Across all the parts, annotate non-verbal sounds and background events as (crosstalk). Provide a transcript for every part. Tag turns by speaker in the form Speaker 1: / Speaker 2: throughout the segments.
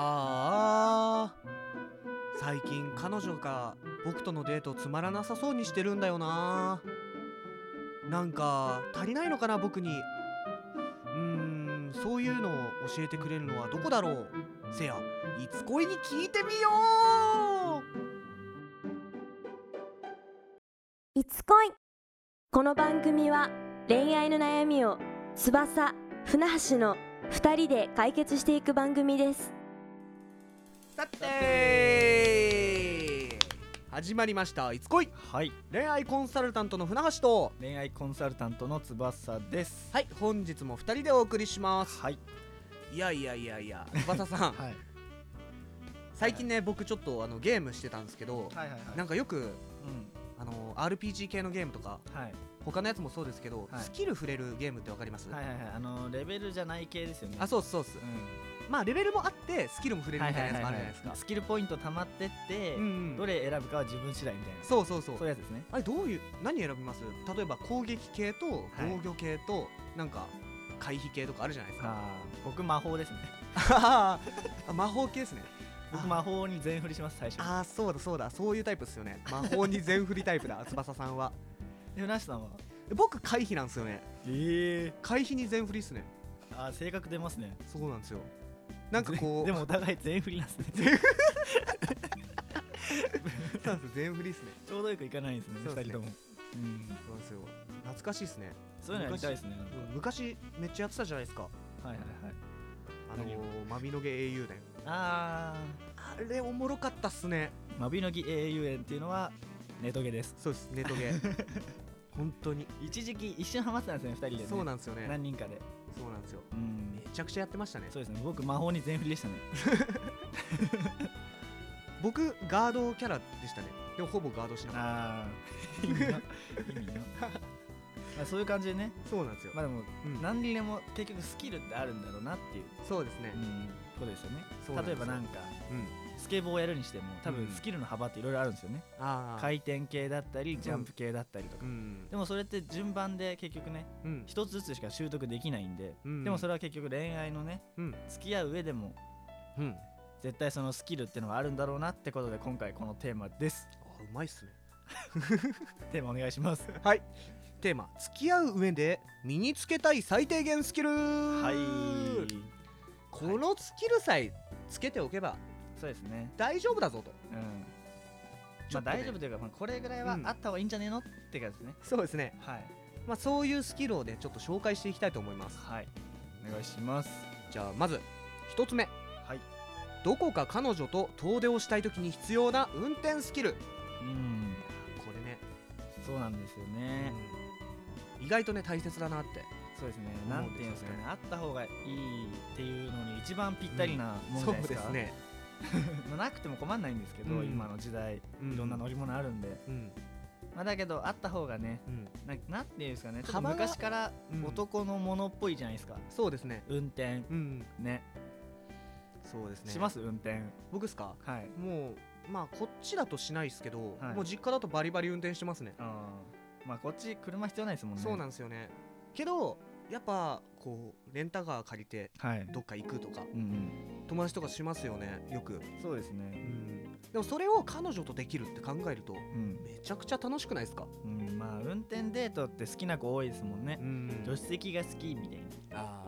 Speaker 1: あーあー最近彼女が僕とのデートつまらなさそうにしてるんだよななんか足りないのかな僕にうーんそういうのを教えてくれるのはどこだろうせやいつ恋に聞いてみよう
Speaker 2: いつ恋この番組は恋愛の悩みを翼船橋の2人で解決していく番組です
Speaker 1: さて始まりました「いつ恋
Speaker 3: はい、
Speaker 1: 恋愛コンサルタントの船橋と」
Speaker 3: 恋愛コンサルタントの翼です。
Speaker 1: はい本日も2人でお送りします
Speaker 3: はい、
Speaker 1: いやいやいやいや翼さん
Speaker 3: はい、
Speaker 1: 最近ね、僕ちょっとあのゲームしてたんですけど、
Speaker 3: はい、はい、
Speaker 1: なんかよく
Speaker 3: う
Speaker 1: あの RPG 系のゲームとか
Speaker 3: ん、はい、
Speaker 1: 他のやつもそうですけど、
Speaker 3: はい
Speaker 1: スキル触れるゲームってわかります、
Speaker 3: はい、はい、はい、あのレベルじゃない系ですよね。
Speaker 1: あそうっすそうっす
Speaker 3: う
Speaker 1: まあレベルもあってスキルも触れ
Speaker 3: ん、
Speaker 1: る
Speaker 3: は
Speaker 1: み
Speaker 3: い、
Speaker 1: た
Speaker 3: はい
Speaker 1: なやつもある
Speaker 3: い、は
Speaker 1: じゃない
Speaker 3: い
Speaker 1: です、
Speaker 3: は
Speaker 1: か
Speaker 3: い、スキルポイント溜まってって
Speaker 1: う、ん
Speaker 3: どれ選ぶかは自分次第みたいな。
Speaker 1: そうそうそう
Speaker 3: そういうやつですね。
Speaker 1: あれどういう何選びます例えば攻撃系と
Speaker 3: い
Speaker 1: 防御系と、なんか回避系とかあるじゃないですか
Speaker 3: ああ、僕魔法ですね。
Speaker 1: (laughs) あ魔法系ですね
Speaker 3: 僕魔法に全振りします最初。
Speaker 1: ああそうだそうだそういうタイプですよね魔法に全振りタイプだ翼さんは
Speaker 3: え、なしさんは。
Speaker 1: 僕回避なんですよね
Speaker 3: ええ。
Speaker 1: 回避に全振りっすね
Speaker 3: あー、性格出ますね。
Speaker 1: そうなんですよなんかこう
Speaker 3: (laughs) でもお互い全振りなんです
Speaker 1: (laughs)
Speaker 3: ね。
Speaker 1: そうなんです (laughs) よ全振りっすね
Speaker 3: ちょうどよくいかないんですね。
Speaker 1: そうで
Speaker 3: 二
Speaker 1: すね
Speaker 3: 人とも。うん、
Speaker 1: そうなんですよ懐かしいっすね
Speaker 3: そういうのやりたいですね。
Speaker 1: うん昔めっちゃやってたじゃないですか
Speaker 3: はい、はい、はい。
Speaker 1: あの
Speaker 3: 何
Speaker 1: ー、マミノゲ英雄伝
Speaker 3: あ
Speaker 1: あ
Speaker 3: あ。
Speaker 1: れおもろかったっすね
Speaker 3: マビノギ英雄園っていうのはネトゲです
Speaker 1: そうですネト
Speaker 3: (laughs)
Speaker 1: ゲ本当に
Speaker 3: 一時期一瞬ハマってたんですね二人でね
Speaker 1: そうなんですよね
Speaker 3: 何人かで
Speaker 1: そうなんですよ
Speaker 3: うん
Speaker 1: めちゃくちゃやってましたね
Speaker 3: そうですね僕魔法に全振りでした
Speaker 1: (laughs)
Speaker 3: ね
Speaker 1: 僕ガードキャラでしたねでもほぼガードしなかっ
Speaker 3: ああ意味の意味のまあそういう感じでね
Speaker 1: たそうなんですよ、
Speaker 3: まあでも
Speaker 1: うん
Speaker 3: 何にでも結局スキルってあるんだろうなっていう、
Speaker 1: そうですね
Speaker 3: うん、ことですよね
Speaker 1: そうなんで
Speaker 3: 例え
Speaker 1: すよ
Speaker 3: ばなんか
Speaker 1: うん
Speaker 3: スケボーをやるにしても多
Speaker 1: う
Speaker 3: 分
Speaker 1: ん
Speaker 3: スキルの幅っていろいろあるんですよね、
Speaker 1: ああ
Speaker 3: 回転系だったりジャンプ系だったりとか、
Speaker 1: うん
Speaker 3: でもそれって順番で結局ね
Speaker 1: うん
Speaker 3: 一つずつしか習得できないんで、
Speaker 1: うん
Speaker 3: でもそれは結局恋愛のね
Speaker 1: うん
Speaker 3: 付き合う上でも
Speaker 1: うん
Speaker 3: 絶対そのスキルってのはあるんだろうなってことで今回このテーマです
Speaker 1: あうまいっすね
Speaker 3: テーマお願いします
Speaker 1: はいテーマ付き合う上で身につけたい最低限スキルはこのスキルさえつけておけば
Speaker 3: そうですね
Speaker 1: 大丈夫だぞと
Speaker 3: うん
Speaker 1: ち
Speaker 3: ま
Speaker 1: ょ
Speaker 3: あ
Speaker 1: っとね
Speaker 3: 大丈夫というか、まあ、これぐらいは
Speaker 1: うん
Speaker 3: あった方がいいんじゃねえのって感じですね
Speaker 1: そうですね
Speaker 3: はい
Speaker 1: まあそういうスキルをねちょっと紹介していきたいと思います
Speaker 3: はいお願いします
Speaker 1: じゃあまず一つ目
Speaker 3: はい
Speaker 1: どこか彼女と遠出をしたい時に必要な運転スキル
Speaker 3: うん
Speaker 1: これね、
Speaker 3: そうなんですよね、
Speaker 1: うん意外とね大切だなって
Speaker 3: そうですね
Speaker 1: うん
Speaker 3: なんていうんですかね
Speaker 1: そうです
Speaker 3: あった方がいいっていうのに一番ぴったりなもんじ
Speaker 1: そ
Speaker 3: ゃ
Speaker 1: う
Speaker 3: ないです
Speaker 1: で
Speaker 3: か、
Speaker 1: すね、
Speaker 3: (laughs) まあなくても困んないんですけど、
Speaker 1: うん
Speaker 3: 今の時代いうろんな乗り物あるんで、
Speaker 1: うん
Speaker 3: まあ、だけどあった方がね
Speaker 1: うん
Speaker 3: ななんていうんですかねちょっと
Speaker 1: 幅が
Speaker 3: 昔から
Speaker 1: うん
Speaker 3: 男のものっぽいじゃないですか、
Speaker 1: そうですね
Speaker 3: 運転
Speaker 1: うん
Speaker 3: ね
Speaker 1: そうですね
Speaker 3: します運転
Speaker 1: 僕ですか
Speaker 3: はい
Speaker 1: もうまあこっちだとしないですけど、
Speaker 3: はい
Speaker 1: もう実家だとバリバリ運転してますね
Speaker 3: あーまあこっち車必要ないですもんね
Speaker 1: そうなんんですよねけどやっぱこうレンタカー借りて
Speaker 3: はい
Speaker 1: どっか行くとか
Speaker 3: うん
Speaker 1: 友達とかしますよねよく、
Speaker 3: うんそうですね
Speaker 1: でもそれを彼女とできるって考えると
Speaker 3: うん、
Speaker 1: めちゃくちゃ楽しくないですか
Speaker 3: うん、まあ運転デートって好きな子多いですもんね、助手席が好きみたい
Speaker 1: あ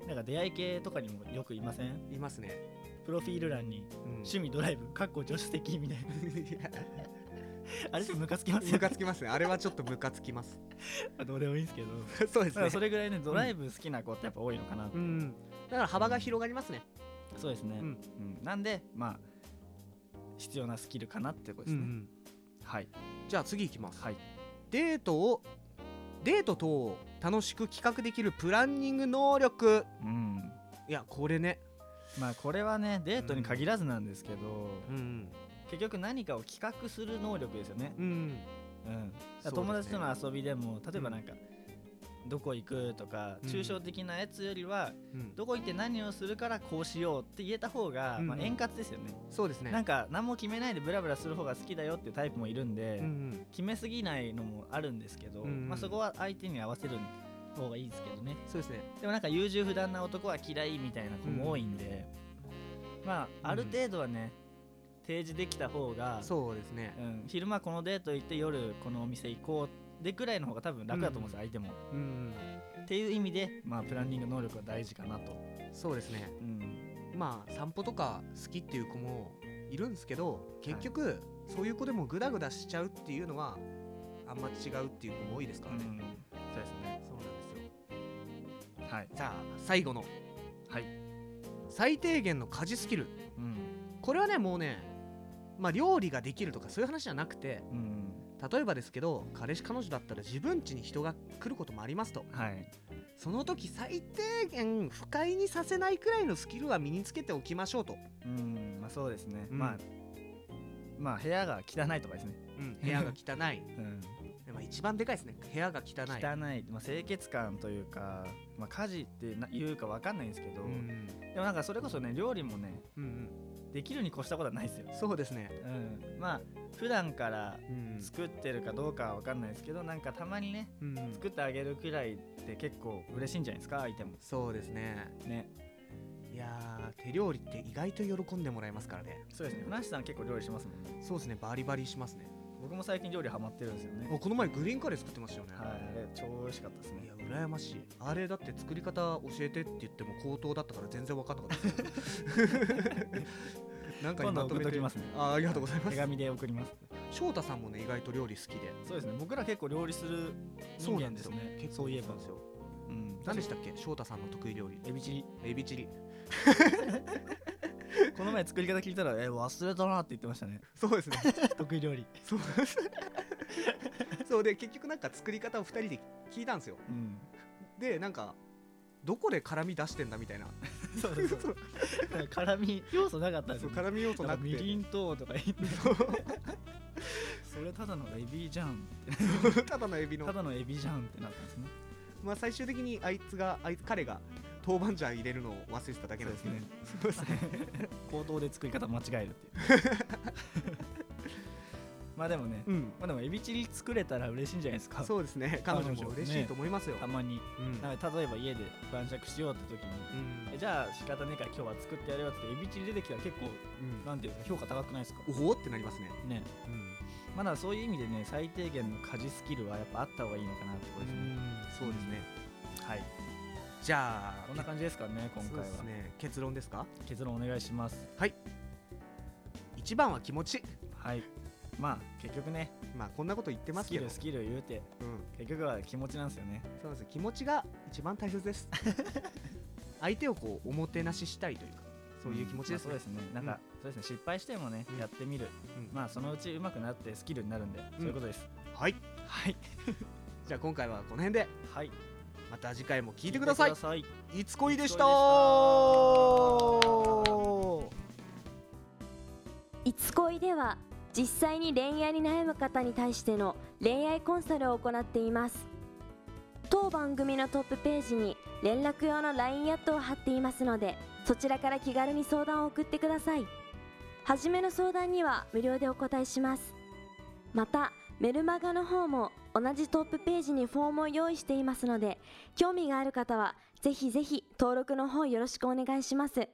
Speaker 3: な、なんか出会い系とかにもよくいません
Speaker 1: ーいますね、
Speaker 3: プロフィール欄に
Speaker 1: うん
Speaker 3: 趣味ドライブかっこ助手席みたいな
Speaker 1: いや
Speaker 3: (laughs) あれちょっとムカつきます
Speaker 1: (laughs)
Speaker 3: よ
Speaker 1: ムカつきますねあれはちょっとムカつきます
Speaker 3: どうでもいいんですけど
Speaker 1: そうで
Speaker 3: だからそれぐらいねドライブ好きな子ってやっぱ多いのかなって
Speaker 1: うんだから幅が広がりますね
Speaker 3: そうですね、
Speaker 1: う
Speaker 3: うんんなんでまあ必要なスキルかなってことですね、はい
Speaker 1: じゃあ次いきます
Speaker 3: はい
Speaker 1: デートをデート等を楽しく企画できるプランニング能力
Speaker 3: うん
Speaker 1: いやこれね
Speaker 3: まあこれはねデートに限らずなんですけど、
Speaker 1: うん
Speaker 3: 結局何かを企画する能力ですよね、
Speaker 1: うん
Speaker 3: うん、
Speaker 1: そ
Speaker 3: だから
Speaker 1: う
Speaker 3: 友
Speaker 1: で
Speaker 3: 達
Speaker 1: すね
Speaker 3: との遊びでも例えばなんか、どこ行くとか
Speaker 1: うん
Speaker 3: 抽象的なやつよりは、
Speaker 1: うん
Speaker 3: どこ行って何をするからこうしようって言えた方が、
Speaker 1: うん
Speaker 3: まあ、円滑ですよね
Speaker 1: そうですね
Speaker 3: なんか何も決めないでブラブラする方が好きだよっていうタイプもいるんで、
Speaker 1: うん
Speaker 3: 決めすぎないのもあるんですけど、
Speaker 1: うん
Speaker 3: まあ、そこは相手に合わせる方がいいですけどね
Speaker 1: そうですね
Speaker 3: でもなんか優柔不断な男は嫌いみたいな子も多いんで、まあある程度はね、提示できた方が
Speaker 1: そうですね
Speaker 3: う、ん、昼間このデート行って夜このお店行こうでくらいの方が多分楽だと思うんですよ、相手も。
Speaker 1: うん、
Speaker 3: っていう意味で、まあ、プランニング能力は大事かなと。
Speaker 1: そうですね
Speaker 3: うん、
Speaker 1: まあ散歩とか好きっていう子もいるんですけど結局、そういう子でもグダグダしちゃうっていうのはあんま違うっていう子も多いですか
Speaker 3: う
Speaker 1: らね、
Speaker 3: ん、そうですね。
Speaker 1: そうなんですよ
Speaker 3: はい。
Speaker 1: じゃあ最後の
Speaker 3: はい。
Speaker 1: 最低限の家事スキル
Speaker 3: うん、
Speaker 1: これはねもうねまあ料理ができるとかそういう話じゃなくて
Speaker 3: うん、
Speaker 1: 例えばですけど彼氏彼女だったら自分家に人が来ることもありますと
Speaker 3: はい。
Speaker 1: その時最低限不快にさせないくらいのスキルは身につけておきましょうと、
Speaker 3: うん、まあ、そうですね。
Speaker 1: うん
Speaker 3: まあ。まあ、部屋が汚いとかですね。
Speaker 1: 部屋が汚 (laughs) い、
Speaker 3: うん、
Speaker 1: まあ、一番でかいですね部屋が汚い
Speaker 3: 汚い、まあ、清潔感というか、まあ、家事ってな言うかわかんないんですけど、
Speaker 1: うん
Speaker 3: でもなんかそれこそね料理もね
Speaker 1: うん
Speaker 3: できるに越したことはないですよ
Speaker 1: う、ん、そうですね、
Speaker 3: うん、まあ普段から
Speaker 1: うん
Speaker 3: 作ってるかどうかはわかんないですけどなんかたまにね
Speaker 1: うん
Speaker 3: 作ってあげるくらいって結構嬉しいんじゃないですか相手も
Speaker 1: そうですね
Speaker 3: ね
Speaker 1: いやー手料理って意外と喜んでもらえますからね
Speaker 3: そうですね船橋さん結構料理しますもんね
Speaker 1: そうですねバリバリしますね
Speaker 3: 僕も最近料理ハマってるんですよね
Speaker 1: あこの前グリーンカレー作ってましたよね、
Speaker 3: はいあれ超美味しかったです
Speaker 1: い
Speaker 3: ね
Speaker 1: や羨ましいあれだって作り方教えてって言っても口頭だったから全然分かんなかったです
Speaker 3: (laughs)
Speaker 1: なんかに
Speaker 3: 今度
Speaker 1: まと
Speaker 3: 送っ
Speaker 1: め
Speaker 3: と
Speaker 1: て
Speaker 3: きますね
Speaker 1: あありがとうございま
Speaker 3: 手
Speaker 1: す
Speaker 3: 紙で送ります
Speaker 1: 翔太さんもね意外と料理好きで
Speaker 3: そうですね僕ら結構料理する人間です
Speaker 1: よ
Speaker 3: ね
Speaker 1: 結構
Speaker 3: そういえば
Speaker 1: なんですよ
Speaker 3: うん
Speaker 1: 何でしたっけ翔太さんの得意料理
Speaker 3: エビチリ
Speaker 1: エビチリ
Speaker 3: この前作り方聞いたら「え忘れたな」って言ってまし
Speaker 1: (laughs)
Speaker 3: たね
Speaker 1: そうです
Speaker 3: (laughs)
Speaker 1: ね
Speaker 3: 得意料理
Speaker 1: そうそうで結局なんか作り方を2人で聞いたんですよ
Speaker 3: うん
Speaker 1: でなんかどこで辛み出してんだみたい
Speaker 3: (laughs)
Speaker 1: な
Speaker 3: そうそうそう辛み要素なかったです
Speaker 1: そう
Speaker 3: ね
Speaker 1: 辛み要素なく
Speaker 3: み
Speaker 1: て
Speaker 3: りんととか言ってそれただのエビじゃん
Speaker 1: (laughs) ただのエビの
Speaker 3: ただのエビじゃんってなったんで
Speaker 1: (laughs)
Speaker 3: すね
Speaker 1: まあ、最終的にあいつがあいつ彼が豆板醤入れるのを忘れてただけなんですけどね (laughs) そうですね
Speaker 3: 口頭で作り方間違えるっていう
Speaker 1: (laughs)
Speaker 3: まあでもね、
Speaker 1: うん
Speaker 3: まあでもエビチリ作れたら嬉しいんじゃないですか
Speaker 1: そうですね彼女
Speaker 3: 彼
Speaker 1: も
Speaker 3: 女
Speaker 1: 嬉しいと思いますよ、
Speaker 3: たまに、
Speaker 1: うん
Speaker 3: なんか例えば家で晩酌しようって時に
Speaker 1: うん
Speaker 3: えじゃあ仕方ねえから今日は作ってやるよってエビチリ出てきたら結構
Speaker 1: うん
Speaker 3: なんていうか評価高くないですか
Speaker 1: おおってなりますね、
Speaker 3: ね
Speaker 1: うん
Speaker 3: まあだからそういう意味でね最低限の家事スキルはやっぱあった方がいいのかなってことですね、
Speaker 1: そうですね
Speaker 3: はい
Speaker 1: じゃあ
Speaker 3: こんな感じですかね今
Speaker 1: そう
Speaker 3: 回
Speaker 1: で
Speaker 3: は、
Speaker 1: すね結論ですか
Speaker 3: 結論お願いします
Speaker 1: 一番は気持ち
Speaker 3: はいまあ結局ね
Speaker 1: まあこんなこと言ってま
Speaker 3: ス
Speaker 1: す
Speaker 3: キ
Speaker 1: けど
Speaker 3: ルスキル言うて
Speaker 1: うん、
Speaker 3: 結局は気持ちなんですよね
Speaker 1: そうですね気持ちが一番大切です (laughs) 相手をこうおもてなししたいというかそういう気持ちですね、
Speaker 3: まあそうですねなんか、そうですね失敗してもね、
Speaker 1: うん
Speaker 3: やってみる、
Speaker 1: うん
Speaker 3: まあそのうち上手くなってスキルになるんで、そういうことです
Speaker 1: はい
Speaker 3: はい
Speaker 1: (laughs) じゃあ今回はこの辺で
Speaker 3: はい
Speaker 1: また次回も聞いてください
Speaker 3: さい
Speaker 1: いつこいでした
Speaker 2: いつ恋では実際に恋愛に悩む方に対しての恋愛コンサルを行っています当番組のトップページに連絡用の LINE アットを貼っていますのでそちらから気軽に相談を送ってください初めの相談には無料でお答えしますまたメルマガの方も同じトップページにフォームを用意していますので興味がある方はぜひぜひ登録の方よろしくお願いします